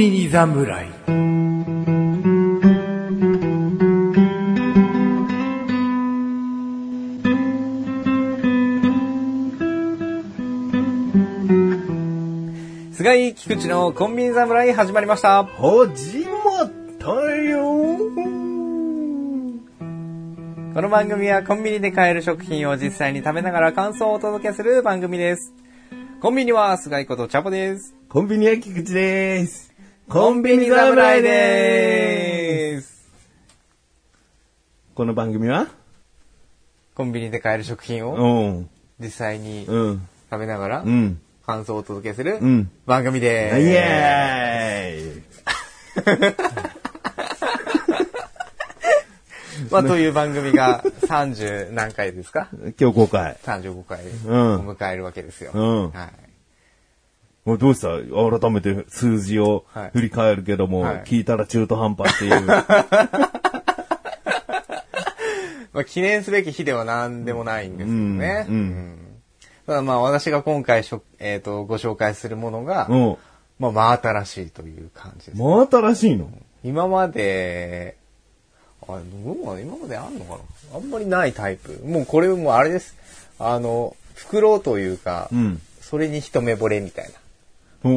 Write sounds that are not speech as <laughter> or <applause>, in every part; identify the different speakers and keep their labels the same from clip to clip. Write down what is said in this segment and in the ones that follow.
Speaker 1: 侍
Speaker 2: 菅井菊池のコンビニ侍始まりました。
Speaker 1: 始まったよ
Speaker 2: この番組はコンビニで買える食品を実際に食べながら感想をお届けする番組です。コンビニは菅井ことチャボです。
Speaker 1: コンビニは菊池です。
Speaker 2: す。
Speaker 1: す。この番組は
Speaker 2: コンビニで買える食品
Speaker 1: う
Speaker 2: を
Speaker 1: ん。
Speaker 2: 実際に食
Speaker 1: うん。
Speaker 2: べながら
Speaker 1: うん。
Speaker 2: 感想をお届けする
Speaker 1: うん
Speaker 2: 番組
Speaker 1: イ
Speaker 2: です。
Speaker 1: エーイ
Speaker 2: まあ、という番組が30何回ですか
Speaker 1: 今日公開。
Speaker 2: 35回
Speaker 1: ん
Speaker 2: を迎えるわけですよ。
Speaker 1: うん
Speaker 2: はい
Speaker 1: もうどうした改めて数字を
Speaker 2: はい
Speaker 1: 振り返るけども、
Speaker 2: はい
Speaker 1: 聞いたら中途半端って
Speaker 2: <laughs>
Speaker 1: いう。
Speaker 2: まあ、記念すべき日では何でもないんですけどね。
Speaker 1: うんうん
Speaker 2: ただまあ私が今回しょ、えっとご紹介するものが、
Speaker 1: うん。
Speaker 2: まあ真新しいという感じです。
Speaker 1: 真新しいの
Speaker 2: 今まで、あれ、どうなの今まであんのかなあんまりないタイプ。もうこれもうあれです。あの、袋というか、
Speaker 1: うん。
Speaker 2: それに一目惚れみたい
Speaker 1: お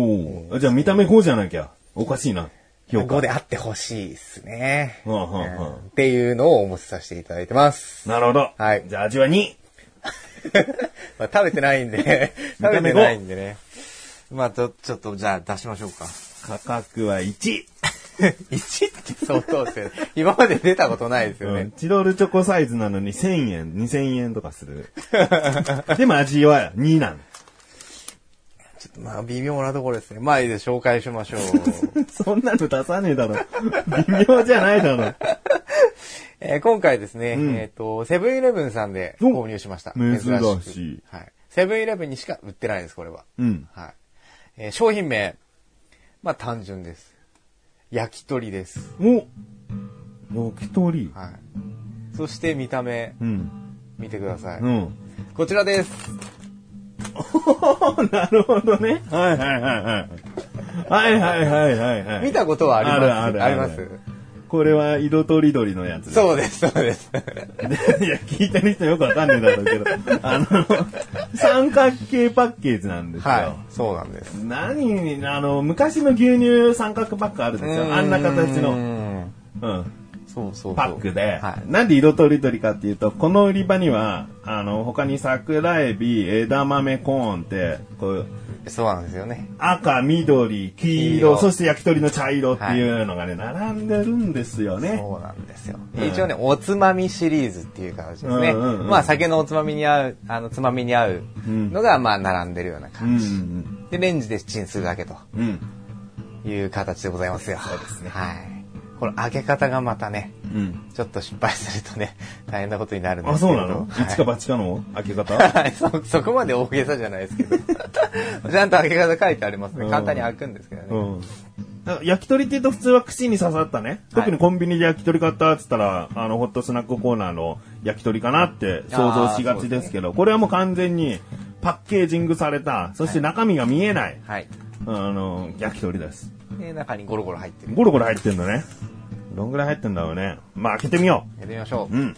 Speaker 1: お。じゃあ見た目方じゃなきゃ。おかしいな。
Speaker 2: な。
Speaker 1: 評価
Speaker 2: 5。であってほしいですね。
Speaker 1: うんうんうん
Speaker 2: うんっていうのをお持ちさせていただいてます。
Speaker 1: なるほど。
Speaker 2: はい
Speaker 1: じゃあ味は 2!
Speaker 2: <laughs> まあ、食べてないん <laughs> で、
Speaker 1: 見た
Speaker 2: 食べ
Speaker 1: 目
Speaker 2: て
Speaker 1: も
Speaker 2: ないんでね。まあ、ちょ、ちょっと、じゃあ出しましょう <laughs> か。
Speaker 1: 価格は1。
Speaker 2: 1って相当ですよね。今まで出たことないですよ
Speaker 1: う
Speaker 2: ね
Speaker 1: ん。。チロルチョコサイズなのに1000円、2000円とかする。 <laughs> でも味は2なん。
Speaker 2: <laughs> ちょっとまあ、微妙なところですね。まあ、いいで紹介しましょう。
Speaker 1: そんなの出さねえだろ。微妙じゃないだろ。
Speaker 2: <laughs> えー今回ですね、えっ、と、セブンイレブンさんで購入しました。
Speaker 1: お珍しい
Speaker 2: くはい。セブンイレブンにしか売ってないです、これは。
Speaker 1: うん。
Speaker 2: はい。えー商品名、まあ、単純です。焼き鳥です。
Speaker 1: お焼き鳥。
Speaker 2: はい。そして見た目、
Speaker 1: うん。
Speaker 2: 見てください。
Speaker 1: うん。 <laughs>
Speaker 2: こちらです。
Speaker 1: なるほどね。はいはいはいはい。はいはいはいはいはい。
Speaker 2: 見たことはあります。
Speaker 1: あるある
Speaker 2: あ
Speaker 1: あ
Speaker 2: り
Speaker 1: る
Speaker 2: ます。
Speaker 1: これは色とりどりのやつ。 <laughs>
Speaker 2: そうです、そうです。
Speaker 1: う。いや、聞いてる人よくわかんねえだろうけど。あの、三角形パッケージなんですよ。
Speaker 2: はい。そうなんです。
Speaker 1: 何あの、昔の牛乳三角パックあるんですよ。あんな形
Speaker 2: う
Speaker 1: の。
Speaker 2: ん。
Speaker 1: うん。
Speaker 2: そうそうそう
Speaker 1: パックで、
Speaker 2: はい。
Speaker 1: なんで色とりどりかっていうと、この売り場には、あの、他に桜エビ、枝豆、コーンって、こう、
Speaker 2: そうなんですよね。
Speaker 1: 赤、緑、黄
Speaker 2: 黄
Speaker 1: 色、
Speaker 2: 色
Speaker 1: そして焼き鳥の茶色っていうのがね、並んでるんですよね。
Speaker 2: そうなんですよ。
Speaker 1: うん
Speaker 2: 一応ね、おつまみシリーズっていう形ですね。
Speaker 1: うんうんうん
Speaker 2: まあ、酒のおつまみに合う、あの、つまみに合うのが、まあ、並んでるような
Speaker 1: うん
Speaker 2: 感じ。で、レンジでチンするだけと
Speaker 1: うんうん。
Speaker 2: いう形でございますよ。そう
Speaker 1: ですね
Speaker 2: はい。この揚げ方がまたね、
Speaker 1: うん。うん。
Speaker 2: ちょっと失敗するとね、大変なことになるんです
Speaker 1: あ、
Speaker 2: け
Speaker 1: そ
Speaker 2: れ
Speaker 1: う
Speaker 2: ど。
Speaker 1: なの
Speaker 2: はい
Speaker 1: 一か八かの開け方
Speaker 2: はい、 <laughs> そ、そこまで大げさじゃないですけ
Speaker 1: <laughs>
Speaker 2: ど。ちゃんと揚げ方書いてありますね。簡単に開くんですけどね。
Speaker 1: うん。だから焼き鳥って言うと普通は串に刺さったね。
Speaker 2: はい
Speaker 1: 特にコンビニで焼き鳥買ったっつったら、あの、ホットスナックコーナーの焼き鳥かなって想像しがちですけど、これはもう完全にパッケージングされた、そして中身が見えない、
Speaker 2: はい。
Speaker 1: あの、焼き鳥です。
Speaker 2: で、中にゴロゴロ入ってる。
Speaker 1: ゴロゴロ入ってんだね。どんぐらい入ってんだろうね。まあ開けてみよ
Speaker 2: やってみましょ
Speaker 1: う。うん。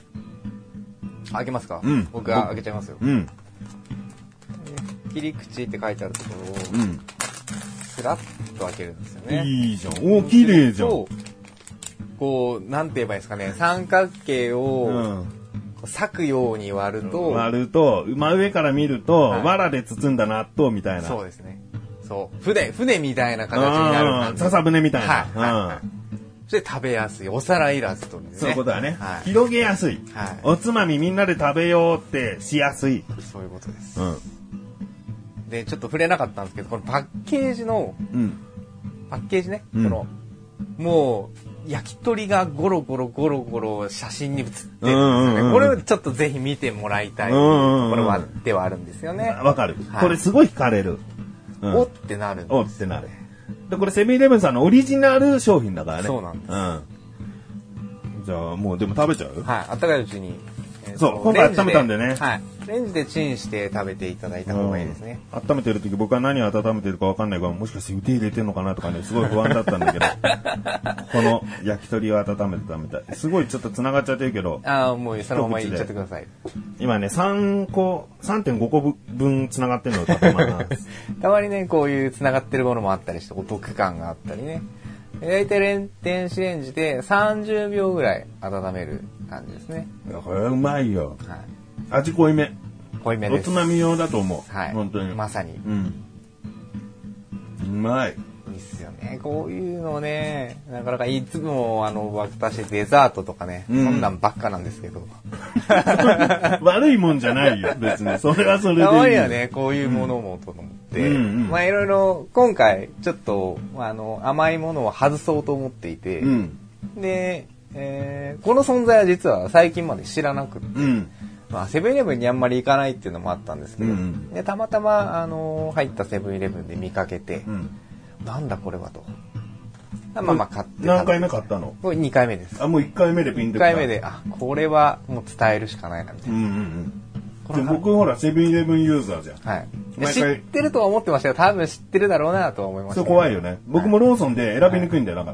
Speaker 2: う。開けますか
Speaker 1: うん
Speaker 2: 僕が開けちゃいますよ。
Speaker 1: うん。
Speaker 2: 切り口って書いてあるところを、
Speaker 1: うん。
Speaker 2: スラッと開けるんですよね。
Speaker 1: いいじゃん。おー、綺麗じゃん。
Speaker 2: そうこう、なんて言えばいいですかね。三角形
Speaker 1: う
Speaker 2: を、
Speaker 1: ん。
Speaker 2: 裂くように割ると、
Speaker 1: 割ると、真上から見ると、
Speaker 2: い
Speaker 1: 藁で包んだ納豆みたいな。
Speaker 2: そうですね。そう。船、船みたいな形になる
Speaker 1: う
Speaker 2: 感
Speaker 1: ん
Speaker 2: じ。
Speaker 1: 笹舟みたいな。
Speaker 2: はいはいは
Speaker 1: うん
Speaker 2: そして食べやすい。お皿いらずと、ね。
Speaker 1: そういうことだね、
Speaker 2: はい。
Speaker 1: 広げやすい,、
Speaker 2: はい
Speaker 1: おつまみみんなで食べようってしやすい。
Speaker 2: そういうことです。
Speaker 1: うん。
Speaker 2: で、ちょっと触れなかったんですけど、このパッケージの、
Speaker 1: うん。
Speaker 2: パッケージね、
Speaker 1: うん
Speaker 2: その、もう、焼き鳥がゴロゴロゴロゴロ写真に写ってるんですよね。
Speaker 1: うんうんうん
Speaker 2: これをちょっとぜひ見てもらいたいと
Speaker 1: うんうんうん
Speaker 2: ころはではあるんですよね。
Speaker 1: わかる、
Speaker 2: はい
Speaker 1: これすごい惹かれる。うん
Speaker 2: おってなるんですよ
Speaker 1: おってなる。で、これセブンイレブンさんのオリジナル商品だからね。
Speaker 2: そうなんです
Speaker 1: うん。じゃあもうでも食べちゃう、
Speaker 2: はい、あったかいうちに。えー
Speaker 1: そう
Speaker 2: と
Speaker 1: 今回温めたんだよね
Speaker 2: レンジではい。レンジでチンして食べていただいた方がいいですね。
Speaker 1: 温めてる時僕は何を温めてるか分かんないから、もしかして腕入れてんのかなとかね、すごい不安だったんだけ
Speaker 2: <laughs>
Speaker 1: ど、この焼き鳥を温めて食べたい。すごいちょっと繋がっちゃってるけど、
Speaker 2: ああ、もうそのままいっちゃってください。
Speaker 1: 今ね、3個、3.5個分繋がってるのが多分まあ
Speaker 2: <laughs> たまにね、こういう繋がってるものもあったりして、お得感があったりね。え大体レン電子レンジで30秒ぐらい温める感じですね。
Speaker 1: これはうま <laughs> いよ。
Speaker 2: はい。
Speaker 1: 味濃いめ。
Speaker 2: 濃いめ
Speaker 1: お
Speaker 2: です。
Speaker 1: つまみ用だと思う。
Speaker 2: はい。
Speaker 1: 本当に。
Speaker 2: まさに。
Speaker 1: うん。うまい。 <laughs>
Speaker 2: いいっすよね。こういうのね、なかなかいつも、あの、私デザートとかね、
Speaker 1: ん
Speaker 2: そんなんばっかなんですけど。
Speaker 1: 悪いもんじゃないよ、別に。それはそれでいい。
Speaker 2: たまにはね、こういうものもと思って、
Speaker 1: うんうん
Speaker 2: まあいろいろ、今回、ちょっと、あの、甘いものを外そうと思っていて、
Speaker 1: うん。
Speaker 2: で、えーこの存在は実は最近まで知らなくて、
Speaker 1: うん。
Speaker 2: まあ、セブンイレブンにあんまり行かないっていうのもあったんですけど、
Speaker 1: うんうん
Speaker 2: でたまたま、あの入ったセブンイレブンで見かけて、
Speaker 1: うん。
Speaker 2: なんだこれはと。まあまあ買って食べて
Speaker 1: 何回目買ったの
Speaker 2: これ2回目です。
Speaker 1: あ、もう1回目でピンと
Speaker 2: 1
Speaker 1: きた。
Speaker 2: 回目で、あ、これはもう伝えるしかないな、みたい
Speaker 1: うんうんうん。
Speaker 2: な。
Speaker 1: で僕ほら、セブンイレブンユーザーじゃん。
Speaker 2: はい。
Speaker 1: 毎回
Speaker 2: 知ってるとは思ってましたよ。多分知ってるだろうなとは思いまし
Speaker 1: そ
Speaker 2: た
Speaker 1: れ
Speaker 2: ね、
Speaker 1: 怖いよね。僕もローソンで選びにくいんだよ、だ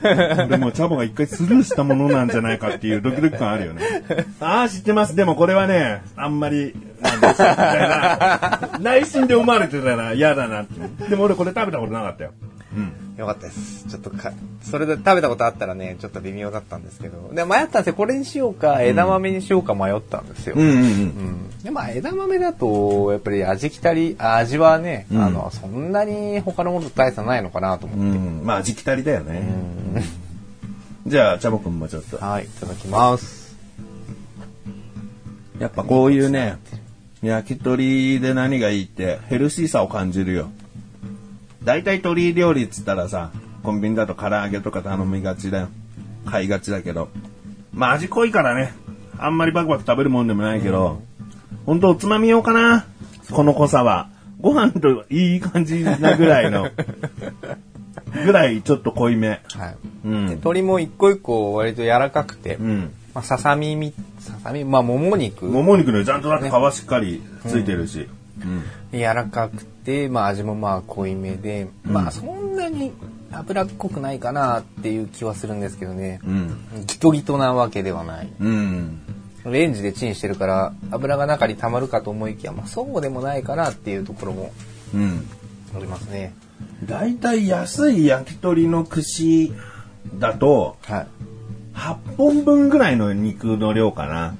Speaker 1: <laughs> から。でも、チャボが一回スルーしたものなんじゃないかっていうドキドキ感あるよね。 <laughs> ああ、知ってます。でもこれはね、あんまり、なんですよみたい <laughs> な。内心で思われてたら嫌だなって。でも俺これ食べたことなかったよ。うん。
Speaker 2: よかったです。ちょっとか、それで食べたことあったらね、ちょっと微妙だったんですけど。で、迷ったんですよ。これにしようか、枝豆にしようか迷ったんですよ。
Speaker 1: うんうんう。
Speaker 2: うんんでまあ、枝豆だと、やっぱり味きたり、あ味はね、
Speaker 1: うん
Speaker 2: あの、そんなに他のものと大差ないのかなと思っ
Speaker 1: う
Speaker 2: て。
Speaker 1: ん、まあ、じきたりだよね。じゃあ、チャボくんもちょっと。
Speaker 2: はい、いただきます。
Speaker 1: やっぱこういうね、焼き鳥で何がいいってヘルシーさを感じるよ。大体鳥料理っつったらさ、コンビニだと唐揚げとか頼みがちだよ。買いがちだけど。まあ味濃いからね。あんまりバクバク食べるもんでもないけど、ほんとおつまみ用かな。この濃さは。ご飯といい感じなぐらい <laughs> の。ぐらいちょっと濃いめ。
Speaker 2: はい。
Speaker 1: う
Speaker 2: で
Speaker 1: ん。
Speaker 2: 鶏も一個一個割と柔らかくて、
Speaker 1: うん。
Speaker 2: まあ、ささみみ、ささみ、まあ、もも肉。
Speaker 1: もも肉のちゃんとだって皮しっかりついてるし。うん
Speaker 2: 柔らかくて、まあ、味もまあ濃いめで、まあそんなに脂っこくないかなっていう気はするんですけどね、
Speaker 1: うん。
Speaker 2: ギトギトなわけではない
Speaker 1: うん。
Speaker 2: レンジでチンしてるから油が中に溜まるかと思いきや、まあ、そうでもないかなっていうところも
Speaker 1: うん。
Speaker 2: ありますね
Speaker 1: 大体安い焼き鳥の串だと、
Speaker 2: はい
Speaker 1: 8本分ぐらいの肉の量かな。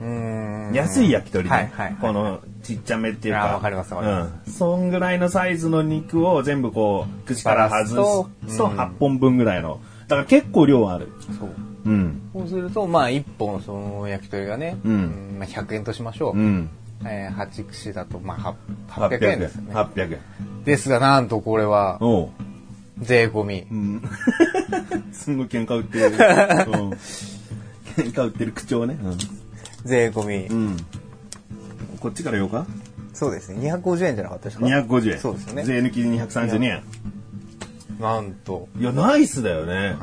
Speaker 2: うーん
Speaker 1: 安い焼き鳥ね。
Speaker 2: はいはいはい
Speaker 1: このちっちゃめっていうか。
Speaker 2: あーわかりますわかりま
Speaker 1: うん。そんぐらいのサイズの肉を全部こう、串から外す
Speaker 2: バラ
Speaker 1: と
Speaker 2: すと、うん
Speaker 1: 8本分ぐらいの。だから結構量ある。
Speaker 2: そう
Speaker 1: うん。
Speaker 2: そうするとまあ1本その焼き鳥がね、
Speaker 1: うん
Speaker 2: ーまあ、100円としましょう、
Speaker 1: うん。
Speaker 2: えー、8串だとまあは800円ですよね
Speaker 1: 800円。
Speaker 2: ですがなんとこれは
Speaker 1: おう。
Speaker 2: 税込み
Speaker 1: うん。すんごい喧嘩売って
Speaker 2: <laughs>
Speaker 1: る。うん。喧嘩売ってる口調ね。
Speaker 2: 税込み
Speaker 1: うん。うん。こっちから言おうか
Speaker 2: そうですね。250円じゃなかったですか
Speaker 1: 250円。
Speaker 2: そうですよね
Speaker 1: 税抜き232円。
Speaker 2: なんと。
Speaker 1: いや、ナイスだよね。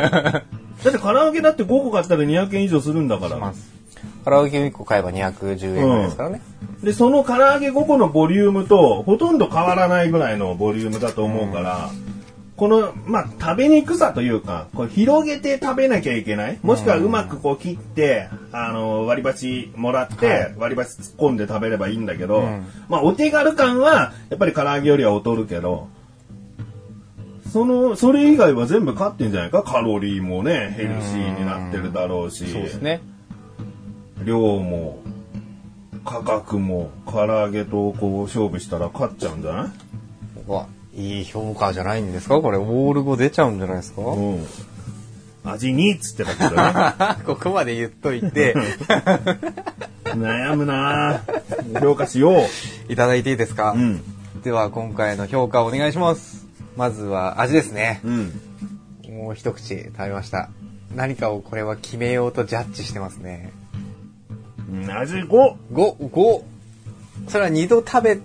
Speaker 1: だって唐揚げだって5個買ったら200円以上するんだか
Speaker 2: ま
Speaker 1: ら。
Speaker 2: ず。カラオケ1個買えば210円ぐらいですからね。
Speaker 1: で、その唐揚げ5個のボリュームとほとんど変わらないぐらいのボリュームだと思うから、この、まあ、食べにくさというか、こう広げて食べなきゃいけない。もしくはうまくこう切って、あの、割り箸もらって、割り箸突っ込んで食べればいいんだけど、
Speaker 2: うん
Speaker 1: まあ、お手軽感は、やっぱり唐揚げよりは劣るけど、その、それ以外は全部勝ってんじゃないかカロリーもね、ヘルシーになってるだろうし。
Speaker 2: そうですね。
Speaker 1: 量も価格も唐揚げとこう勝負したら勝っちゃうんじゃないう
Speaker 2: わ、いい評価じゃないんですかこれ、オール5出ちゃうんじゃないですかこ
Speaker 1: うん。味にっつってたけどね。<laughs>
Speaker 2: <laughs> こまで言っとい <laughs> て、
Speaker 1: 悩むなぁ評価しよう。
Speaker 2: いただいていいですか、
Speaker 1: うん。
Speaker 2: では、今回の評価をお願いします。まずは、味ですね。
Speaker 1: うん。
Speaker 2: もう一口食べました。何かをこれは決めようとジャッジしてますね。
Speaker 1: うん味5。
Speaker 2: 5、5。それは2度食べ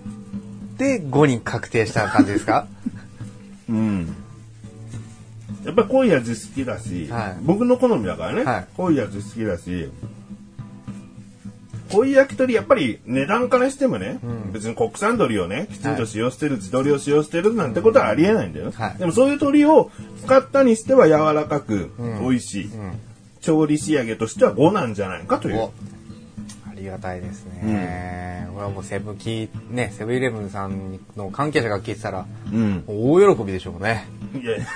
Speaker 2: て5に確定した感じで
Speaker 1: <laughs>
Speaker 2: すか
Speaker 1: うん。やっぱり濃い味好きだし、
Speaker 2: はい
Speaker 1: 僕の好みだからね、
Speaker 2: はい
Speaker 1: 濃い味好きだし、こういう焼き鳥、やっぱり値段からしてもね、別に国産鶏をね、きちんと使用してる、地鶏を使用してるなんてことはありえないんだよ。
Speaker 2: はい
Speaker 1: でもそういう鶏を使ったにしては柔らかく、美味しい、調理仕上げとしては5なんじゃないかという。
Speaker 2: おありがたいですね、これはもうセブンキねセブンイレブンさんの関係者が聞いてたら、
Speaker 1: うん。
Speaker 2: 大喜びでしょうね
Speaker 1: いやいや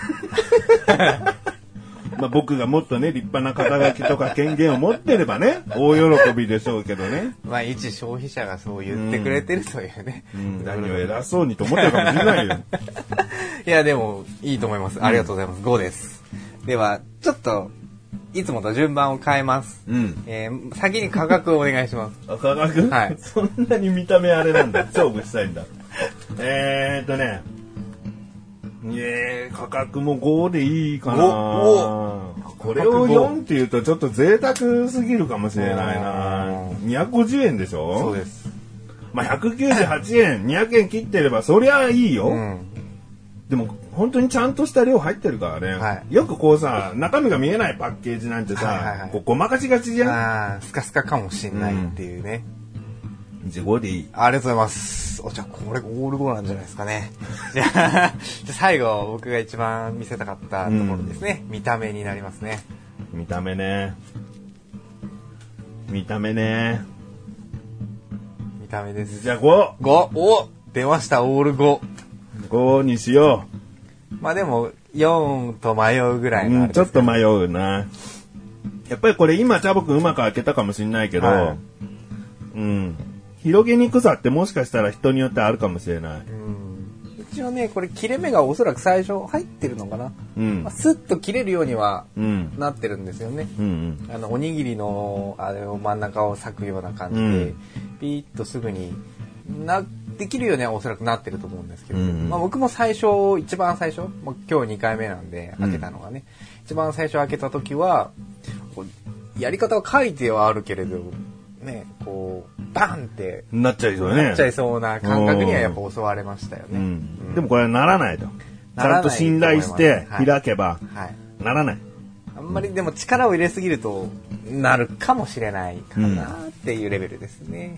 Speaker 1: <laughs> まあ僕がもっとね、立派な肩書きとか権限を持ってればね、大喜びでしょうけどね。
Speaker 2: まあ一消費者がそう言ってくれてるというね、
Speaker 1: うん
Speaker 2: <laughs>
Speaker 1: 何を偉そうにと思ってるかもしれないよ。
Speaker 2: いやでもいいと思いますありがとうございます、5ですではちょっといつもと順番を変えます、
Speaker 1: うん
Speaker 2: えー先に価格をお願いします
Speaker 1: 赤学、
Speaker 2: はい
Speaker 1: そんなに見た目あれなんだ。勝負したいんだ。えーっとね。えー、価格も5でいいかな
Speaker 2: お
Speaker 1: これを
Speaker 2: 価格
Speaker 1: 4っていうとちょっと贅沢すぎるかもしれないな
Speaker 2: う
Speaker 1: 250円でしょ
Speaker 2: <laughs> そうです
Speaker 1: まあ、198円、200円切ってれば、そりゃいいよ。
Speaker 2: うん
Speaker 1: でも、本当にちゃんとした量入ってるからね。
Speaker 2: は
Speaker 1: よくこうさ、中身が見えないパッケージなんてさ、
Speaker 2: はいはいはい
Speaker 1: こうごまかしがちじゃん。
Speaker 2: あースカスカかもしんないっていうね、
Speaker 1: じゃあ5でいい。
Speaker 2: ありがとうございます。お、じゃあこれオール5なんじゃないですかね。 <laughs> じゃあ、じゃあ最後、僕が一番見せたかったところですね。見た目になりますね。
Speaker 1: 見た目ね。見た目ね。
Speaker 2: 見た目です。
Speaker 1: じゃあ5。
Speaker 2: 5! お出ました、オール5。
Speaker 1: 5にしよ
Speaker 2: まあでも、4と迷うぐら
Speaker 1: う。
Speaker 2: いの
Speaker 1: う
Speaker 2: あ
Speaker 1: ん、
Speaker 2: れ
Speaker 1: ちょ
Speaker 2: で
Speaker 1: っ
Speaker 2: すけど
Speaker 1: と迷うな。やっぱりこれ今、チャボくんうまく開けたかもしんないけど、
Speaker 2: はい
Speaker 1: うん。広げにくさってもしかしたら人によってあるかもしれない。
Speaker 2: うん。一応ね、これ切れ目がおそらく最初入ってるのかな。
Speaker 1: うん
Speaker 2: まあ、スッと切れるようには
Speaker 1: うん。
Speaker 2: なってるんですよね。
Speaker 1: うんうん。
Speaker 2: あのおにぎりのあれを真ん中を裂くような感じで、
Speaker 1: うん
Speaker 2: ピーッとすぐになできるようにはおそらくなってると思うんですけど、
Speaker 1: うんうん
Speaker 2: まあ、僕も最初一番最初もう今日2回目なんで開けたのがね、一番最初開けた時はこうやり方は書いてはあるけれどねこうバンって
Speaker 1: なっちゃいそうね。
Speaker 2: なっちゃいそうな感覚にはやっぱ襲われましたよね。
Speaker 1: うん。
Speaker 2: う
Speaker 1: で
Speaker 2: ん
Speaker 1: もこれはならないと。ち
Speaker 2: な
Speaker 1: ゃん
Speaker 2: らない
Speaker 1: と信頼して
Speaker 2: と思います
Speaker 1: 開けば、
Speaker 2: はい
Speaker 1: ならない。
Speaker 2: あんまりでも力を入れすぎるとなるかもしれないかなっていうレベルですね。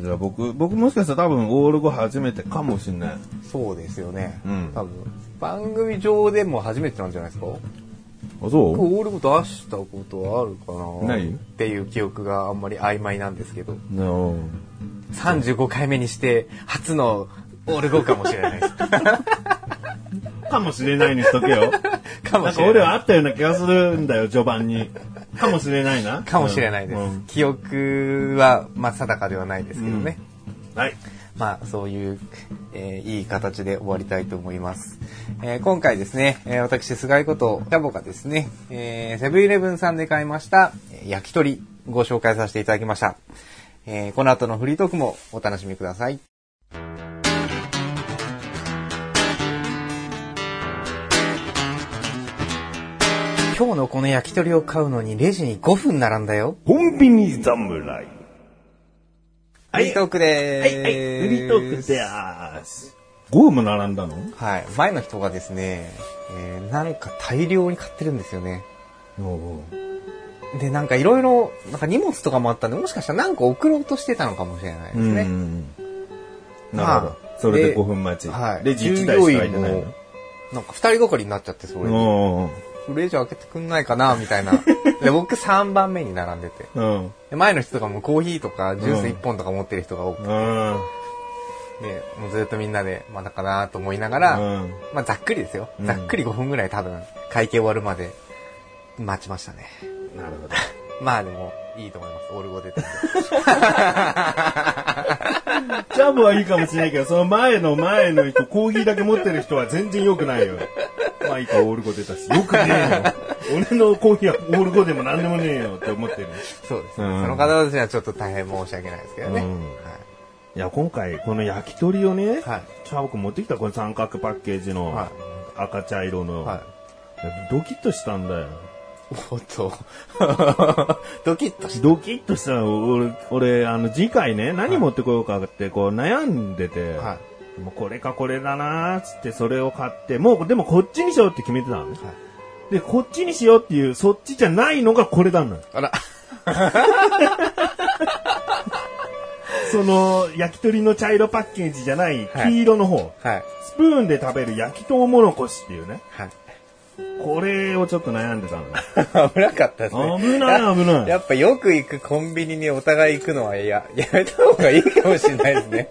Speaker 1: じゃあ僕、僕もしかしたら多分オール5初めてかもしんない。
Speaker 2: そうですよね、
Speaker 1: うん
Speaker 2: 多分番組上でも初めてなんじゃないですか僕
Speaker 1: あ、そ
Speaker 2: オールごと出したことはあるか
Speaker 1: な
Speaker 2: な
Speaker 1: い
Speaker 2: っていう記憶があんまり曖昧なんですけど
Speaker 1: うな
Speaker 2: 35回目にして初のオール5かもしれ
Speaker 1: <laughs>
Speaker 2: ないです
Speaker 1: あかもしれないにしとけ
Speaker 2: <laughs>
Speaker 1: よ。
Speaker 2: かも
Speaker 1: なん
Speaker 2: し
Speaker 1: か
Speaker 2: れ
Speaker 1: 俺
Speaker 2: な
Speaker 1: はいあったような気がするんだよ、序盤に。かもしれないな。
Speaker 2: <laughs> かもしれないです、
Speaker 1: うんうん
Speaker 2: 記憶は、まあ、定かではないですけどね、
Speaker 1: はい。
Speaker 2: まあ、そういう、えーいい形で終わりたいと思います。えー今回ですね、えー私、菅井こと、キャボがですね、えーセブンイレブンさんで買いました、えー焼き鳥、ご紹介させていただきました。えーこの後のフリートークもお楽しみください。今日のこの焼き鳥を買うのにレジに5分並んだよ。
Speaker 1: コンビニ侍。
Speaker 2: フリートークで
Speaker 1: は
Speaker 2: ーす。
Speaker 1: い、はい、フリートークでーす。ゴーム並んだの
Speaker 2: はい。前の人がですね、えーなんか大量に買ってるんですよね。
Speaker 1: お
Speaker 2: で、なんかいろいろ、なんか荷物とかもあったんで、もしかしたらなんか送ろうとしてたのかもしれないですね。
Speaker 1: なるほど
Speaker 2: ま。あ
Speaker 1: それで
Speaker 2: で
Speaker 1: 5分待ち。
Speaker 2: はい。
Speaker 1: レジ
Speaker 2: 従
Speaker 1: 1台
Speaker 2: 業
Speaker 1: しか空い
Speaker 2: 員
Speaker 1: てないの
Speaker 2: も。、なんか二人がかりになっちゃって、それで。
Speaker 1: お
Speaker 2: レジ開けてくんないかな、
Speaker 1: <laughs>
Speaker 2: みたいな。で、僕3番目に並んでて。
Speaker 1: ーうん。
Speaker 2: で前の人とかもコーヒーとかジュース
Speaker 1: うん
Speaker 2: 1本とか持ってる人が多く
Speaker 1: うん。
Speaker 2: て、もうずっとみんなで、まだかなと思いなが
Speaker 1: う
Speaker 2: ら、
Speaker 1: ん
Speaker 2: まあざっくりですよ
Speaker 1: う。ん
Speaker 2: ざっくり5分ぐらい多分、会計終わるまで、待ちましたね。
Speaker 1: なるほど。
Speaker 2: まあでも、いいと思います。オールゴ出てるんで。
Speaker 1: ジャブはいいかもしれないけど、その前の前の人、コーヒーだけ持ってる人は全然良くないよ。まあいいか、オール5出た
Speaker 2: <laughs>
Speaker 1: し。良くねえよ。俺のコーヒーはオール5でも何でもねえよって思ってる。
Speaker 2: <laughs> そうですね。
Speaker 1: うん
Speaker 2: その方たちにはちょっと大変申し訳ないですけどね。
Speaker 1: うん
Speaker 2: はい
Speaker 1: いや、今回、この焼き鳥をね、
Speaker 2: はい
Speaker 1: チャボくん持ってきた、この三角パッケージの
Speaker 2: は
Speaker 1: 赤茶色の。
Speaker 2: はい。
Speaker 1: ドキッとしたんだよ。
Speaker 2: おっと。 <laughs> ドキッとし
Speaker 1: ドキッとしたの俺、俺、あの、次回ね、何持ってこようかって、こう、悩んでて、
Speaker 2: た。は
Speaker 1: もうこれかこれだなーっつって、それを買って、もう、でもこっちにしようって決めてたのね
Speaker 2: い。。はい。
Speaker 1: で、こっちにしようっていう、そっちじゃないのがこれだんだよ。
Speaker 2: あら。
Speaker 1: その、焼き鳥の茶色パッケージじゃない、黄色の方、
Speaker 2: はい。
Speaker 1: スプーンで食べる焼きとうもろこしっていうね。
Speaker 2: はい。
Speaker 1: これをちょっと悩んでたの。
Speaker 2: 危なかったですね。
Speaker 1: 危 <laughs> ない危ない
Speaker 2: やっぱよく行くコンビニにお互い行くのはややめた方がいいかもしれないです <laughs> ね。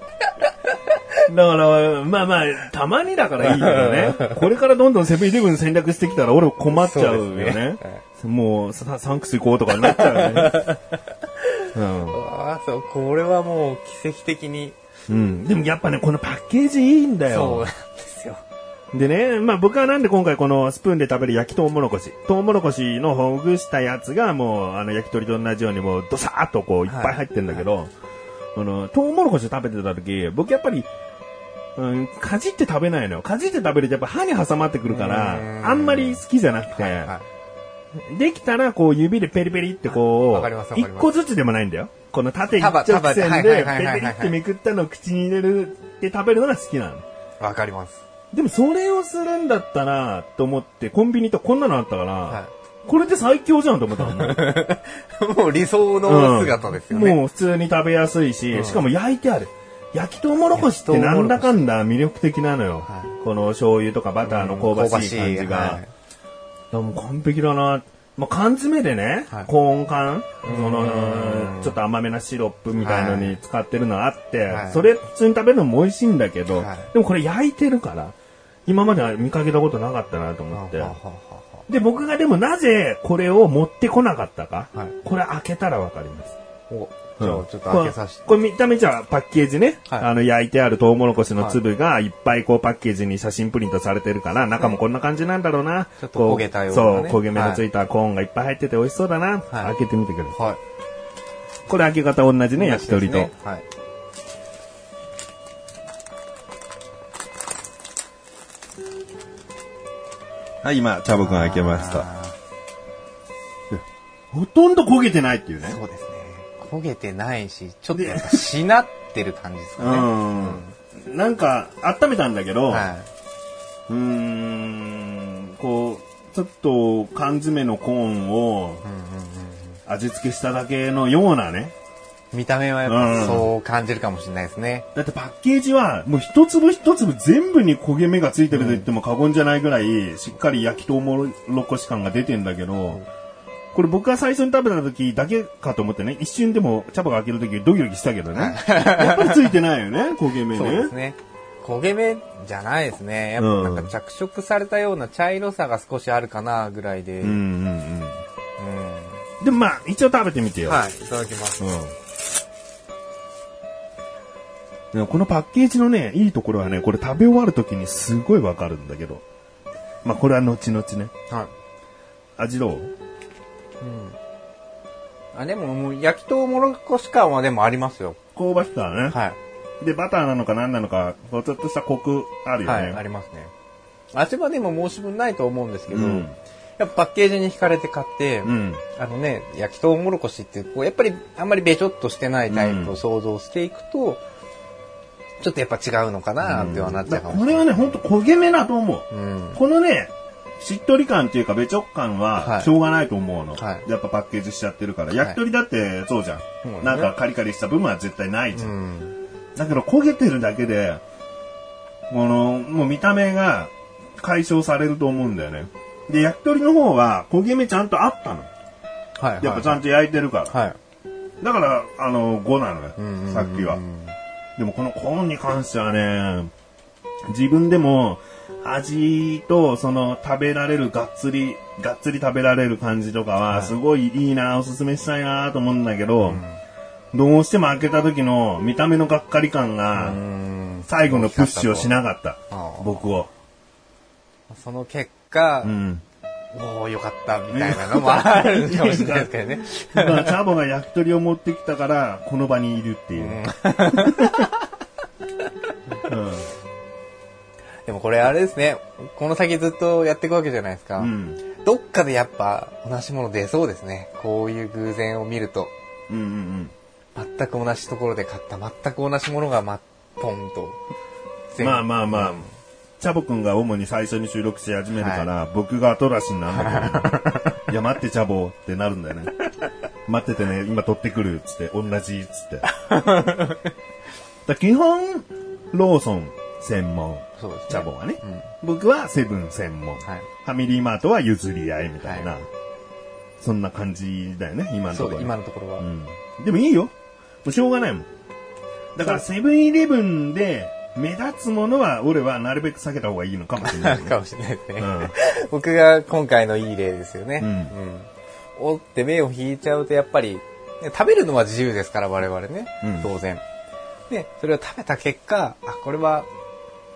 Speaker 1: だから、まあまあ、たまにだからいいけどね。 <laughs> これからどんどんセブンイレブン戦略してきたら俺困っちゃうよ
Speaker 2: そう
Speaker 1: ね。
Speaker 2: ですね
Speaker 1: もうサ、サンクス行こうとかになっちゃうよね。 <laughs> うん
Speaker 2: ああ、そう、これはもう奇跡的に。
Speaker 1: うん、でもやっぱね、このパッケージいいんだ
Speaker 2: そう
Speaker 1: よ。
Speaker 2: なんですよ。
Speaker 1: でね、まあ僕はなんで今回このスプーンで食べる焼きとうもろこし、とうもろこしのほぐしたやつがもうあの焼き鳥と同じようにもうドサーっとこういっぱい入ってんだけど、あの、とうもろこしを食べてた時、僕やっぱり、うん、かじって食べないのよ。かじって食べるとやっぱ歯に挟まってくるか
Speaker 2: う
Speaker 1: ら、
Speaker 2: ん
Speaker 1: あんまり好きじゃなくて、
Speaker 2: は
Speaker 1: できたらこう指でペリペリってこ
Speaker 2: わかりますわ
Speaker 1: う、
Speaker 2: か
Speaker 1: 一
Speaker 2: ります
Speaker 1: 個ずつでもないんだよ。この縦一直
Speaker 2: 束束で
Speaker 1: 線
Speaker 2: はいはい
Speaker 1: で
Speaker 2: はい
Speaker 1: ペリ
Speaker 2: はいは
Speaker 1: ペリ
Speaker 2: い
Speaker 1: ってめくったのを口に入れるって食べるのが好きなの。
Speaker 2: い。わかります。
Speaker 1: でもそれをするんだったらと思ってコンビニとこんなのあったから、
Speaker 2: は
Speaker 1: これで最強じゃんと思った
Speaker 2: <laughs>
Speaker 1: のね、
Speaker 2: い。もう理想の姿ですよね。
Speaker 1: もう普通に食べやすいし、しかも焼いてある。焼きとうもろこしってなんだかんだ魅力的なのよ。
Speaker 2: は
Speaker 1: この醤油とかバターの香ばしい感じが。
Speaker 2: は
Speaker 1: でも完璧だな。まあ、缶詰でね、
Speaker 2: はい
Speaker 1: コーン缶、そ
Speaker 2: うん
Speaker 1: の、ちょっと甘めなシロップみたいのに使ってるのあって、
Speaker 2: はい
Speaker 1: それ普通に食べるのも美味しいんだけど、
Speaker 2: はい
Speaker 1: でもこれ焼いてるから、今までは見かけたことなかったなと
Speaker 2: いは
Speaker 1: 思っ
Speaker 2: あ
Speaker 1: て
Speaker 2: は。あはあは
Speaker 1: で、僕がでもなぜこれを持ってこなかったか、
Speaker 2: はい
Speaker 1: これ開けたらわかります。
Speaker 2: あお、じゃあちょっと開けさせて。
Speaker 1: これこれ見た目じゃパッケージね、
Speaker 2: はい
Speaker 1: あの焼いてあるトウモロコシの粒がいっぱいこうパッケージに写真プリントされてるから、中もこんな感じなんだろうな。
Speaker 2: ちょっと
Speaker 1: こう
Speaker 2: 焦げたようなね
Speaker 1: そう、焦げ目のついたコーンがいっぱい入ってて美味しそうだな。開けてみてくれ。
Speaker 2: は
Speaker 1: これ開け方同じ
Speaker 2: い。
Speaker 1: ね、焼き鳥と。
Speaker 2: ですねはい。
Speaker 3: はい、今、チャボくん開けました。
Speaker 2: あ
Speaker 1: ほとんど焦げてないっていうね
Speaker 2: ー。そうですね。焦げてないし、ちょっとやっぱしなってる感じですかね。
Speaker 1: うん。なんか、温めたんだけど、
Speaker 2: は
Speaker 1: うーん、こう、ちょっと缶詰のコーンを
Speaker 2: い。うんうんうん
Speaker 1: 味付けしただけのようなね。
Speaker 2: 見た目はやっぱそう感じるかもしれないですね。
Speaker 1: だってパッケージはもう一粒一粒全部に焦げ目がついてると言っても過言じゃないぐらいしっかり焼きとうもろこし感が出てんだけど、これ僕が最初に食べた時だけかと思ってね、一瞬でも茶葉が開ける時ドキドキしたけど
Speaker 2: <laughs>
Speaker 1: ね。やっぱりついてないよね、焦げ目
Speaker 2: そうです
Speaker 1: ね。
Speaker 2: ね。焦げ目じゃないですね。やっ
Speaker 1: うん
Speaker 2: ぱなんか着色されたような茶色さが少しあるかなぐらいで。
Speaker 1: うんうんうん。
Speaker 2: うん
Speaker 1: でもまあ、一応食べてみてよ。
Speaker 2: はい、いただきます。
Speaker 1: うん。でもこのパッケージのね、いいところはね、これ食べ終わる時にすごいわかるんだけど。まあこれは後々ね。
Speaker 2: はい。
Speaker 1: 味どう
Speaker 2: あ、でももう焼きとうもろこし感はでもありますよ。
Speaker 1: 香ばしさね。
Speaker 2: はい。
Speaker 1: で、バターなのか何なのか、こうちょっとしたコクあるよ
Speaker 2: は
Speaker 1: ね。
Speaker 2: い、ありますね。味はでも申し分ないと思うんですけど、
Speaker 1: うん
Speaker 2: やっぱパッケージに惹かれて買って、
Speaker 1: うん。
Speaker 2: あのね、焼きとうもろこしって、こう、やっぱりあんまりべちょっとしてないタイプを想像していくと、ちょっとやっぱ違うのかなってはなっちゃ
Speaker 1: だ
Speaker 2: うか
Speaker 1: から
Speaker 2: も
Speaker 1: こ
Speaker 2: し
Speaker 1: れ
Speaker 2: れな
Speaker 1: は
Speaker 2: い。
Speaker 1: ね、ほんと焦げ目だと思う。
Speaker 2: うん。
Speaker 1: このね、しっとり感っていうか、べちょっ感
Speaker 2: は
Speaker 1: はいしょうがないと思うの。
Speaker 2: はい
Speaker 1: やっぱパッケージしちゃってるから。
Speaker 2: い
Speaker 1: 焼き鳥だってそうじゃん。
Speaker 2: そうですね
Speaker 1: なんかカリカリした部分は絶対ないじゃん。
Speaker 2: うん。
Speaker 1: だけど焦げてるだけで、この、もう見た目が解消されると思うんだよね。で、焼き鳥の方は焦げ目ちゃんとあったの。
Speaker 2: はい、はい。
Speaker 1: やっぱちゃんと焼いてるから。
Speaker 2: はい。
Speaker 1: だから、あの、5なのよ、
Speaker 2: うん
Speaker 1: さっきは
Speaker 2: う。ん
Speaker 1: でもこのコーンに関してはね、自分でも味とその食べられるがっつり、がっつり食べられる感じとかはすごいいいな、おすすめしたいなと思うんだけど、どうしても開けた時の見た目のがっかり感が
Speaker 2: うん
Speaker 1: 最後のプッシュをしなかった
Speaker 2: ああ。
Speaker 1: 僕を。
Speaker 2: その結果、
Speaker 1: うん。
Speaker 2: おおよかったみたいなのもあるかもしれないですけ
Speaker 1: <laughs>
Speaker 2: どね。
Speaker 1: だからチャボが焼き鳥を持ってきたから、この場にいるっていう。うん。
Speaker 2: でもこれあれですね、この先ずっとやっていくわけじゃないですか。
Speaker 1: うん。
Speaker 2: どっかでやっぱ同じもの出そうですね。こういう偶然を見ると、
Speaker 1: うんうんうん。
Speaker 2: 全く同じところで買った、全く同じものがま、ポンと。
Speaker 1: まあまあまあ
Speaker 2: うん、
Speaker 1: チャボくんが主に最初に収録し始
Speaker 2: <laughs>
Speaker 1: めるから、僕が後出しになるんだけど、いや待ってチャボってなるんだよね。待っててね、今取ってくる、つって、同じ、つ
Speaker 2: <laughs>
Speaker 1: って。だ基本、ローソン専門。
Speaker 2: そうですね
Speaker 1: チャボはね。
Speaker 2: うん
Speaker 1: 僕はセブン専門。
Speaker 2: はい
Speaker 1: ファミリーマートは譲り合いみたいな。
Speaker 2: はい
Speaker 1: そんな感じだよね、今のと
Speaker 2: そ
Speaker 1: ころ。
Speaker 2: う、今のところは。
Speaker 1: うん。でもいいよ。もうしょうがないもん。だからセブンイレブンで目立つものは俺はなるべく避けた方がいいのかもしれない、ね。
Speaker 2: <laughs> かもしれないですね。
Speaker 1: うん
Speaker 2: 僕が今回のいい例ですよね。
Speaker 1: うん
Speaker 2: うんおって目を引いちゃうと、やっぱり、ね食べるのは自由ですから、我々ね。
Speaker 1: うん
Speaker 2: 当然。で、それを食べた結果、あ、これは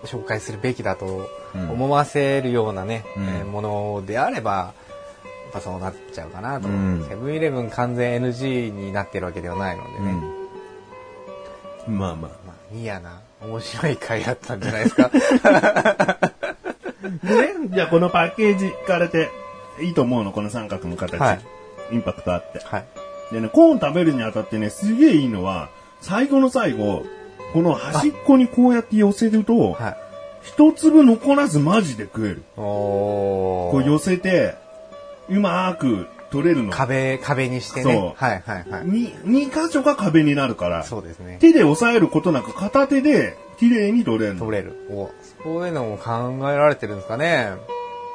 Speaker 2: 紹介するべきだと
Speaker 1: うん
Speaker 2: 思わせるようなね、
Speaker 1: うん
Speaker 2: えーものであれば、やっぱそうなっちゃうかなと。
Speaker 1: うん
Speaker 2: セブンイレブン完全 NG になってるわけではないのでね。
Speaker 1: うん。まあま
Speaker 2: まあ、ニアな、面白い回だったんじゃな
Speaker 1: <laughs>
Speaker 2: いですか。
Speaker 1: あ。でね、じゃあこのパッケージからていいと思うの、この三角の形。
Speaker 2: はい
Speaker 1: インパクトあって。
Speaker 2: はい。
Speaker 1: でね、コーン食べるにあたってね、すげえいいのは、最後の最後、この端っこにこうやって寄せると、
Speaker 2: はい。
Speaker 1: 一粒残らずマジで食える。
Speaker 2: おー
Speaker 1: こう寄せて、うまーく取れるの。
Speaker 2: 壁、壁にしてね。
Speaker 1: そう
Speaker 2: はいはいはい。
Speaker 1: に、二箇所が壁になるから、
Speaker 2: そうですね。
Speaker 1: 手で押さえることなく片手で綺麗に取れるの。
Speaker 2: 取れる。おそういうのも考えられてるんですかね。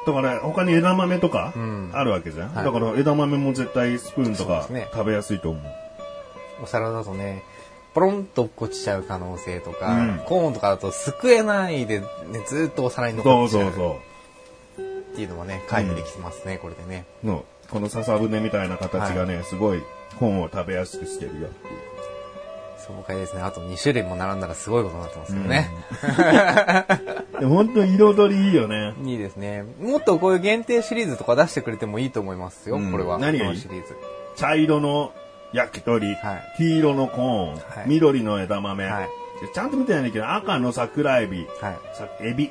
Speaker 1: だから他に枝豆とか
Speaker 2: うん
Speaker 1: あるわけじゃん。
Speaker 2: はい
Speaker 1: だから枝豆も絶対スプーンとか
Speaker 2: そうですね
Speaker 1: 食べやすいと思う。
Speaker 2: お皿だとね、ポロンと落っこちちゃう可能性とか、
Speaker 1: うん
Speaker 2: コーンとかだとすくえないで、ね、ずーっとお皿に
Speaker 1: そ
Speaker 2: 残
Speaker 1: う
Speaker 2: ってち
Speaker 1: そ
Speaker 2: ゃ
Speaker 1: う
Speaker 2: う
Speaker 1: そ
Speaker 2: っていうのもね、回避できますね、これでね。
Speaker 1: う。のこの笹舟みたいな形がね、すごいコーンを食べやすくしてるよっていう。
Speaker 2: 爽快ですね。あと2種類も並んだらすごいことになってますよね。
Speaker 1: <laughs> でも本当に彩りいいよね。
Speaker 2: いいですね。もっとこういう限定シリーズとか出してくれてもいいと思いますよ、
Speaker 1: うん
Speaker 2: これは。
Speaker 1: 何が
Speaker 2: こ
Speaker 1: いい
Speaker 2: のシリーズ。
Speaker 1: 茶色の焼き鳥、
Speaker 2: はい
Speaker 1: 黄色のコーン、
Speaker 2: はい
Speaker 1: 緑の枝豆、
Speaker 2: はい
Speaker 1: でちゃんと見てないんだけど、赤の桜エビ、
Speaker 2: はい。
Speaker 1: さエビ、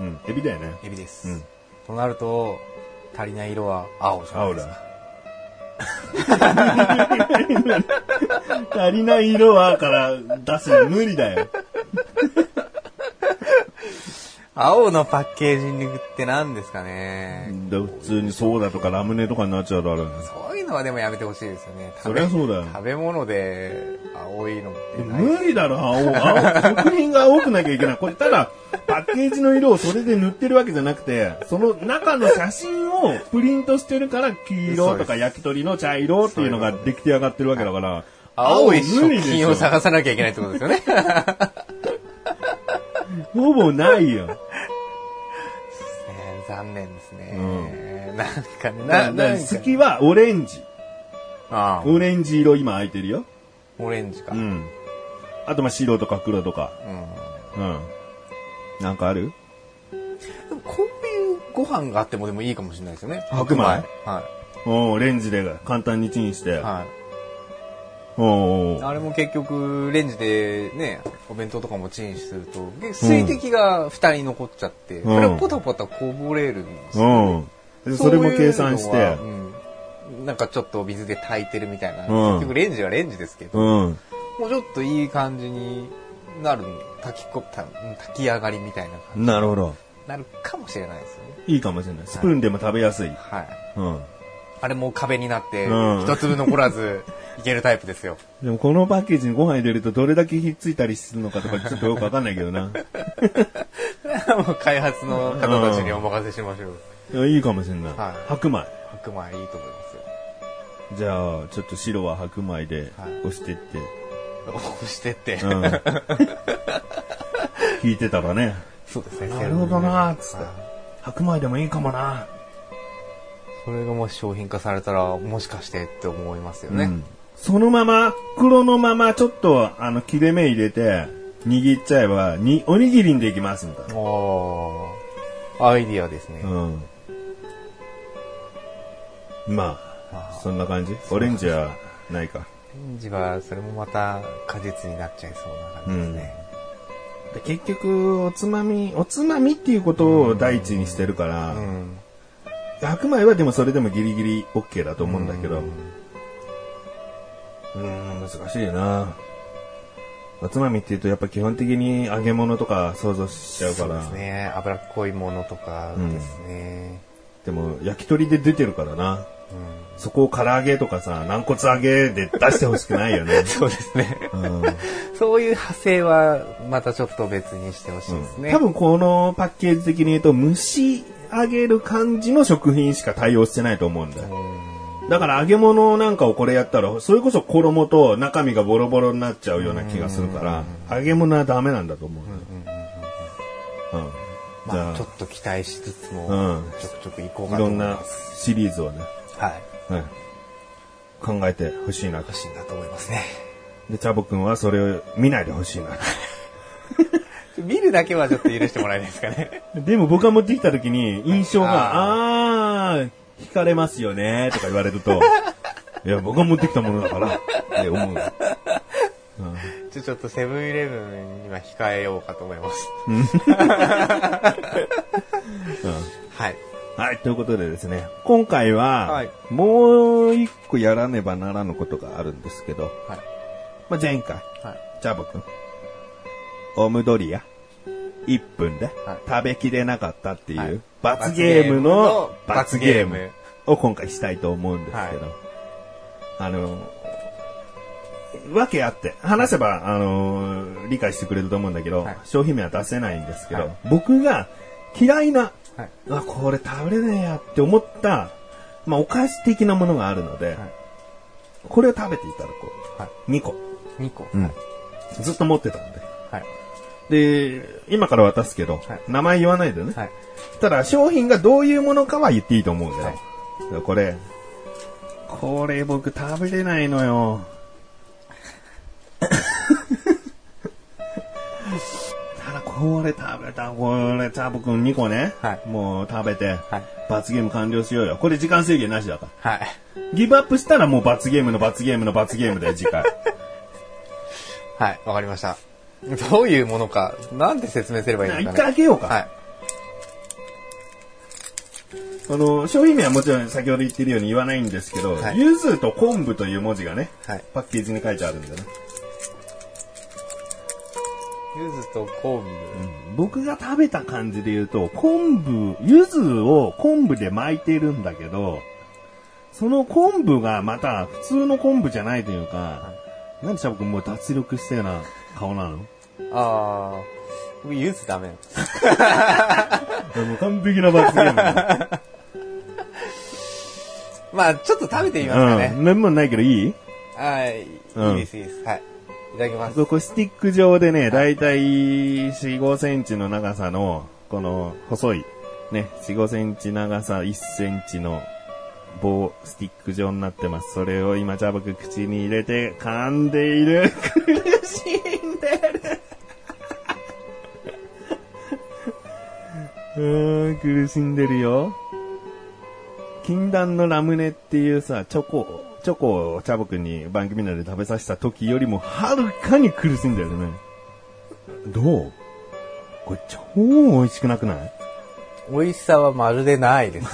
Speaker 1: うん、エビだよね。
Speaker 2: エビです。
Speaker 1: うん
Speaker 2: となると、足りない色は青じゃない
Speaker 1: 青
Speaker 2: ですか。 <laughs>
Speaker 1: だ。足りない色はから出すの無理だよ。
Speaker 2: 青のパッケージングって何ですかね、
Speaker 1: で普通にソーダとかラムネとかになっちゃうだろうね。
Speaker 2: そういうのはでもやめてほしいですよね。
Speaker 1: そりゃそうだよ。
Speaker 2: 食べ物で青いのってない
Speaker 1: 無理だろ、青。青食品が多くなきゃいけない。これ、ただ、パッケージの色をそれで塗ってるわけじゃなくて、その中の写真をプリントしてるから、黄色と
Speaker 2: そ
Speaker 1: か
Speaker 2: うです
Speaker 1: 焼き鳥の茶色っていうのが出来上がってるわけだから、
Speaker 2: 青い食
Speaker 1: でし
Speaker 2: 品
Speaker 1: ょ
Speaker 2: を探さなきゃいけないってことですよね。
Speaker 1: ほぼないよ。
Speaker 2: ね残念ですね。なんかね、
Speaker 1: な、
Speaker 2: な、
Speaker 1: な、
Speaker 2: なんか
Speaker 1: 好きはオレンジ。
Speaker 2: あ
Speaker 1: オレンジ色今空いてるよ。
Speaker 2: あオレンジか。
Speaker 1: う
Speaker 2: うん。
Speaker 1: ん。あと、ま、白とか黒とか。うん。なんかある
Speaker 2: でもこういうご飯があってもでもいいかもしれないですよね。
Speaker 1: 白米
Speaker 2: は
Speaker 1: おーレンジで簡単にチンして。
Speaker 2: い。はい。
Speaker 1: おー
Speaker 2: あれも結局、レンジでね、お弁当とかもチンすると、水滴が蓋に残っちゃって、
Speaker 1: うん
Speaker 2: それをポタポタこぼれるんですよ。
Speaker 1: うん。でそれも計算し
Speaker 2: そうい
Speaker 1: て
Speaker 2: う。のはうんなんかちょっと水で炊いてるみたいな。
Speaker 1: うん
Speaker 2: 結局レンジはレンジですけど、
Speaker 1: うん。
Speaker 2: もうちょっといい感じになる、炊きこ、た炊き上がりみたいな感じに
Speaker 1: なるほど。
Speaker 2: なるかもしれないですよね。
Speaker 1: いいかもしれない。スプーンでも食べやすい。
Speaker 2: はい。
Speaker 1: うん。
Speaker 2: あれも壁になって、
Speaker 1: うん
Speaker 2: 一粒残らずいけるタイプですよ。 <laughs>
Speaker 1: でもこのパッケージにご飯入れるとどれだけひっついたりするのかとかちょっとよくわかんないけどな。
Speaker 2: もう開発の方たちにお任せしましょう。
Speaker 1: <laughs> いやいいかもしれない。
Speaker 2: はい
Speaker 1: 白米。
Speaker 2: 白米いいと思いますよ。
Speaker 1: じゃあ、ちょっと白は白米で
Speaker 2: はい
Speaker 1: 押してって。
Speaker 2: 押してって、
Speaker 1: <laughs> うん。聞いてたらね。
Speaker 2: そうですね
Speaker 1: なるほどなーっつって
Speaker 2: はい。
Speaker 1: 白米でもいいかもな。
Speaker 2: それがもし商品化されたらもしかしてって思いますよね、
Speaker 1: うん。そのまま、袋のままちょっとあの切れ目入れて、握っちゃえば、に、おにぎりにできますみたいな。
Speaker 2: おーアイディアですね、
Speaker 1: うん。ま
Speaker 2: あ
Speaker 1: あ、そんな感じオレンジはないか。
Speaker 2: オレンジはそれもまた果実になっちゃいそうな感じですね、
Speaker 1: で結局、おつまみ、おつまみっていうことを第一にしてるから、
Speaker 2: うん
Speaker 1: 白米はでもそれでもギリギリ OK だと思うんだけど、うーん、難しいなおつまみっていうとやっぱ基本的に揚げ物とか想像しちゃうか
Speaker 2: そうで
Speaker 1: ら、
Speaker 2: すね脂っこいものとかですね、。
Speaker 1: でも焼き鳥で出てるからな。そこを唐揚げとかさ、軟骨揚げで出してほしくないよ <laughs> ね
Speaker 2: そうですね。
Speaker 1: うん
Speaker 2: そういう派生は、またちょっと別にしてほしいですね。
Speaker 1: 多分このパッケージ的に言うと、蒸し上げる感じの食品しか対応してないと思うんだよ。だから揚げ物なんかをこれやったら、それこそ衣と中身がボロボロになっちゃうような気がするから、揚げ物はダメなんだと思うんだよ。うん。じ
Speaker 2: ま
Speaker 1: ゃ
Speaker 2: あ、ちょっと期待しつつも、
Speaker 1: うん
Speaker 2: ちょくちょく行こう
Speaker 1: あ、
Speaker 2: か
Speaker 1: い
Speaker 2: と
Speaker 1: ろ
Speaker 2: 思い
Speaker 1: んな
Speaker 2: ます。
Speaker 1: シリーズをね、
Speaker 2: はい。
Speaker 1: はい、考えてほしいなと
Speaker 2: 欲。しいなと思いますね。
Speaker 1: で、チャボくんはそれを見ないでほしいなと。
Speaker 2: 見るだけはちょっと許してもらえないですかね。 <laughs>
Speaker 1: でも僕が持ってきた時に印象が、あー、惹かれますよね、とか言われる <laughs> と、いや、僕が持ってきたものだから、って <laughs> 思う。
Speaker 2: ちょちょっとセブンイレブンには控えようかと思います。はい。
Speaker 1: はい、ということでですね、今回は、
Speaker 2: はい
Speaker 3: もう一個やらねばならぬことがあるんですけど、
Speaker 2: はい。
Speaker 3: まあ、前回、
Speaker 2: はい。
Speaker 3: チャボくん、オムドリア、1分で
Speaker 2: はい
Speaker 3: 食べきれなかったっていう、
Speaker 2: はい
Speaker 3: 罰ゲームの
Speaker 2: 罰
Speaker 3: 罰
Speaker 2: ゲ
Speaker 3: ゲ
Speaker 2: ー
Speaker 3: ー
Speaker 2: ム
Speaker 3: ムを今回したいと思うんですけど、
Speaker 2: は
Speaker 3: あの、
Speaker 1: わけあって、話せば、あのー理解してくれると思うんだけど、
Speaker 2: はい
Speaker 1: 商品名は出せないんですけど、
Speaker 2: はい
Speaker 1: 僕が嫌いな、
Speaker 2: はい。
Speaker 1: うわ、これ食べれねえやって思った、まあ、お菓子的なものがあるので、
Speaker 2: はい
Speaker 1: これを食べていただこう。
Speaker 2: はい
Speaker 1: 2個。
Speaker 2: 2個。
Speaker 3: うん
Speaker 2: はい。
Speaker 1: ずっと持ってたんで。
Speaker 2: はい。
Speaker 1: で、今から渡すけど、
Speaker 2: はい
Speaker 1: 名前言わないでね。
Speaker 2: はい。
Speaker 1: ただ、商品がどういうものかは言っていいと思うんだよ。
Speaker 2: はい
Speaker 1: だからこれ、これ僕食べれないのよ。ただ、これ食べた、これ、チャボくん2個ね。
Speaker 2: はい
Speaker 1: もう食べて、
Speaker 2: はい
Speaker 1: 罰ゲーム完了しようよ。これ時間制限なしだから。
Speaker 2: はい。
Speaker 1: ギブアップしたらもう罰ゲームの罰ゲームの罰ゲームだよ、次 <laughs> 回。
Speaker 2: はい。わかりました。どういうものか、なんで説明すればいいの
Speaker 1: 一
Speaker 2: かな。
Speaker 1: 回開けようか。
Speaker 2: はい。
Speaker 1: あの、商品名はもちろん先ほど言ってるように言わないんですけど、
Speaker 2: はい
Speaker 1: ゆずと昆布という文字がね、
Speaker 2: はい
Speaker 1: パッケージに書いてあるんだよね。
Speaker 2: ゆずと昆
Speaker 1: 僕が食べた感じで言うと、昆布、ゆずを昆布で巻いてるんだけど、その昆布がまた普通の昆布じゃないというか、なんでシャボ君もう脱力したような顔なの
Speaker 2: 布。あー、僕ゆずダメなんです。
Speaker 1: もう完璧な罰ゲームだよ。
Speaker 2: まあ、ちょっと食べてみますか
Speaker 1: う
Speaker 2: ね。
Speaker 1: ん。なんもないけどいい
Speaker 2: はい。いいです、いいです。はい。いただきます。
Speaker 1: そこスティック状でね、だいたい4、5センチの長さの、この細い、ね、4、5センチ長さ1センチの棒、スティック状になってます。それを今、ジャバク口に入れて噛んでいる。苦しんでる。 <laughs> うーん、苦しんでるよ。禁断のラムネっていうさ、チョコ、チョコをチャボくんに番組内で食べさせた時よりもはるかに苦しんだよね。どうこれ超美味しくなくない
Speaker 2: 美味しさはまるでないですね。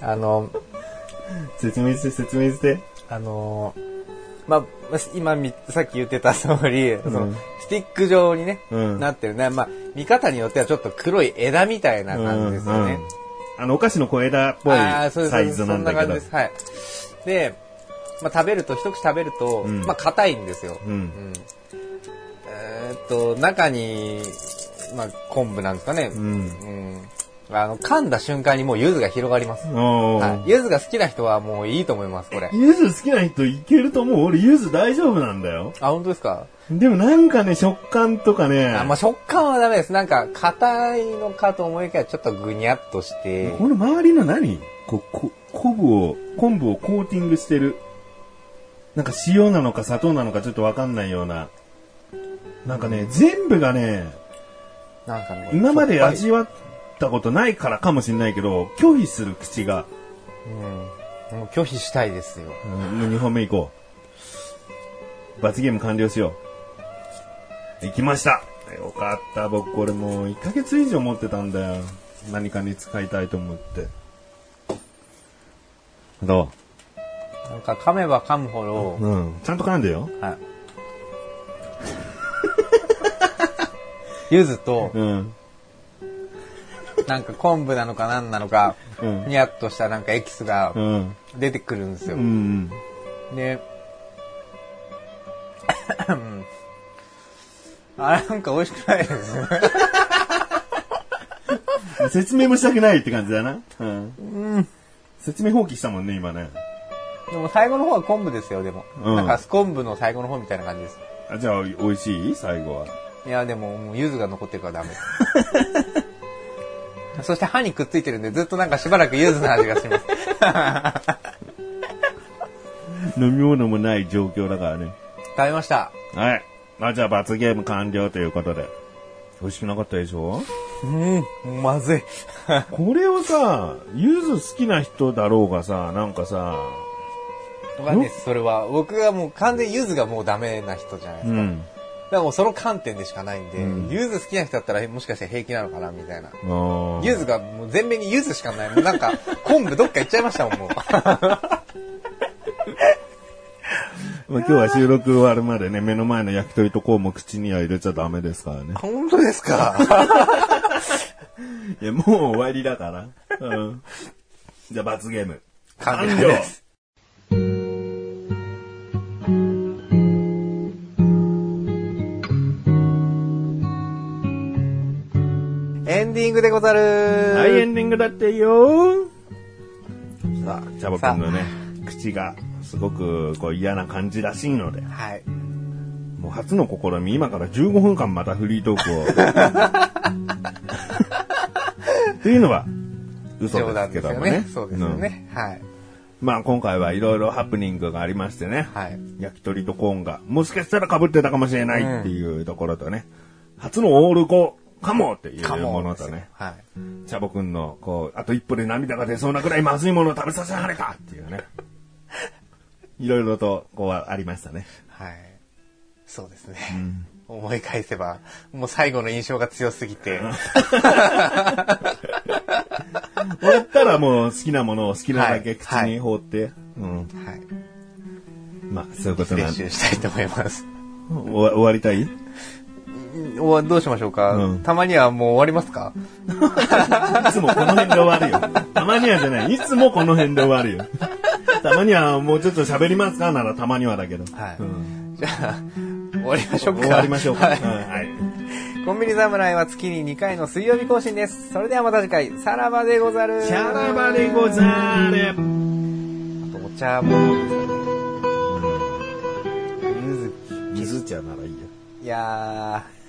Speaker 2: あの、
Speaker 1: 説明して説明して。
Speaker 2: あの、まあ、今み、さっき言ってた <laughs> 通り、その
Speaker 1: うん
Speaker 2: スティック状にね、
Speaker 1: うん
Speaker 2: なってるね。まあ、見方によってはちょっと黒い枝みたいな感じですよね。
Speaker 1: うんうんあの、お菓子の小枝っぽい
Speaker 2: あーそうです
Speaker 1: サイズなんだけ
Speaker 2: そ
Speaker 1: ど
Speaker 2: んな。感じです。はい。で、まあ、食べると、一口食べると、
Speaker 1: ん
Speaker 2: まあ、硬いんですよ。
Speaker 1: うん
Speaker 2: んえーっと、中に、まあ、昆布なんですかね。
Speaker 1: ん
Speaker 2: うんあの、噛んだ瞬間にもう柚子が広がります。
Speaker 1: お
Speaker 2: はい
Speaker 1: ー
Speaker 2: 柚子が好きな人はもういいと思います、これ。
Speaker 1: ゆず好きな人いけると思う。俺ゆず大丈夫なんだよ。
Speaker 2: あ、本当ですか、
Speaker 1: でもなんかね、食感とかね、
Speaker 2: あまあ、食感はダメです。なんか、硬いのかと思いきや、ちょっとぐにゃっとして。
Speaker 1: この周りの何こう、こ、昆布を、昆布をコーティングしてる。なんか塩なのか砂糖なのかちょっとわかんないような。なんかね、全部がね、
Speaker 2: なんかね。
Speaker 1: 今まで
Speaker 2: しょっ
Speaker 1: 味わったことないからかもしれないけど、拒否する口が。
Speaker 2: ぱいうん。もう拒否したいですよ。
Speaker 1: うんもう2本目行こう。罰ゲーム完了しよう。行きました。よかった。僕これもう1ヶ月以上持ってたんだよ。何かに使いたいと思って。ど
Speaker 2: なんか、噛めば噛むほど、
Speaker 1: ううん。ちゃんと噛んでよ。
Speaker 2: はい。ゆずと、
Speaker 1: うん。
Speaker 2: なんか昆布なのか何なのか、
Speaker 1: うん
Speaker 2: ニヤッとしたなんかエキスが
Speaker 1: うん。
Speaker 2: 出てくるんですよ
Speaker 1: う。ん。
Speaker 2: で、あれなんか美味しくないですね。
Speaker 1: 説明もしたくないって感じだな。うん。説明放棄したもんね、今ね。
Speaker 2: でも最後の方は昆布ですよ、でも。
Speaker 1: うん
Speaker 2: なんか昆布の最後の方みたいな感じです。
Speaker 1: あじゃあ、美味しい最後は。
Speaker 2: いや、でも、もう柚子が残ってるからダメ。 <laughs> そして歯にくっついてるんで、ずっとなんかしばらく柚子の味がします。
Speaker 1: 飲み物もない状況だからね。
Speaker 2: 食べました。
Speaker 1: はい。まあ、じゃあ、罰ゲーム完了ということで。美味しくなかったでしょ
Speaker 2: うん、ま <laughs> ずい。
Speaker 1: これをさ、ゆず好きな人だろうがさ、なんかさ、
Speaker 2: わかんないです、それは。僕がもう完全に柚子がもうダメな人じゃないです
Speaker 1: う
Speaker 2: か。
Speaker 1: ん。
Speaker 2: だからもうその観点でしかないんで、柚子好きな人だったらもしかして平気なのかな、みたいな。
Speaker 1: あー
Speaker 2: 柚子がもう全面に柚子しかない。もうなんか、昆布どっか行っちゃいましたもん、もう。
Speaker 1: まあ、今日は収録終わるまでね、目の前の焼き鳥とコーンも口には入れちゃダメですからね。
Speaker 2: <laughs> 本当ですか
Speaker 1: いや、もう終わりだから。うん。じゃあ、罰ゲーム。
Speaker 2: 完了です。エンディングでござる
Speaker 1: はい、エンディングだってよさあ、チャボくんのね、口がすごくこう嫌な感じらしいので、
Speaker 2: はい。
Speaker 1: もう初の試み、今から15分間またフリートークを。というのは、嘘
Speaker 2: 冗
Speaker 1: です
Speaker 2: 談
Speaker 1: け
Speaker 2: です
Speaker 1: ど
Speaker 2: よ
Speaker 1: も
Speaker 2: ね
Speaker 1: ね。。
Speaker 2: そうですよね。はい。
Speaker 1: うんまあ今回はいろいろハプニングがありましてね。
Speaker 2: はい。
Speaker 1: 焼き鳥とコーンが、もしかしたら被ってたかもしれないっていうところとね、初のオール5かもっていう
Speaker 2: か
Speaker 1: も
Speaker 2: も
Speaker 1: の
Speaker 2: です
Speaker 1: と
Speaker 2: よ。
Speaker 1: ね、
Speaker 2: はい。
Speaker 1: チャボくんの、こう、あと一歩で涙が出そうなくらいまずいものを食べさせられたって <laughs> いうね。いろいろと、こう、ありましたね。
Speaker 2: はい。そうですね。思い返せば、もう最後の印象が強すぎて、
Speaker 1: 終わったらもう好きなものを好きなだけ口
Speaker 2: はい
Speaker 1: に放って、うん。
Speaker 2: はい。
Speaker 1: まあ、そういうことなん
Speaker 2: 練
Speaker 1: で。
Speaker 2: 習したいと思います。
Speaker 1: 終わ終わりたい
Speaker 2: おわどうしましょうか、
Speaker 1: うん
Speaker 2: たまにはもう終わりますか
Speaker 1: いつもこの辺で終わるよ。たまにはじゃない。いつもこの辺で終わるよ。たまにはもうちょっと喋りますかならたまにはだけど。
Speaker 2: はい
Speaker 1: うん
Speaker 2: じゃあ、終わりましょうか。
Speaker 1: 終わりましょうか。
Speaker 2: は
Speaker 1: はいい。はい
Speaker 2: コンビニ侍は月に2回の水曜日更新です。それではまた次回、さらばでござる。
Speaker 1: さらばでござる。
Speaker 2: あとお茶も飲んでゆず
Speaker 1: 水茶ならいいよ。
Speaker 2: いやー。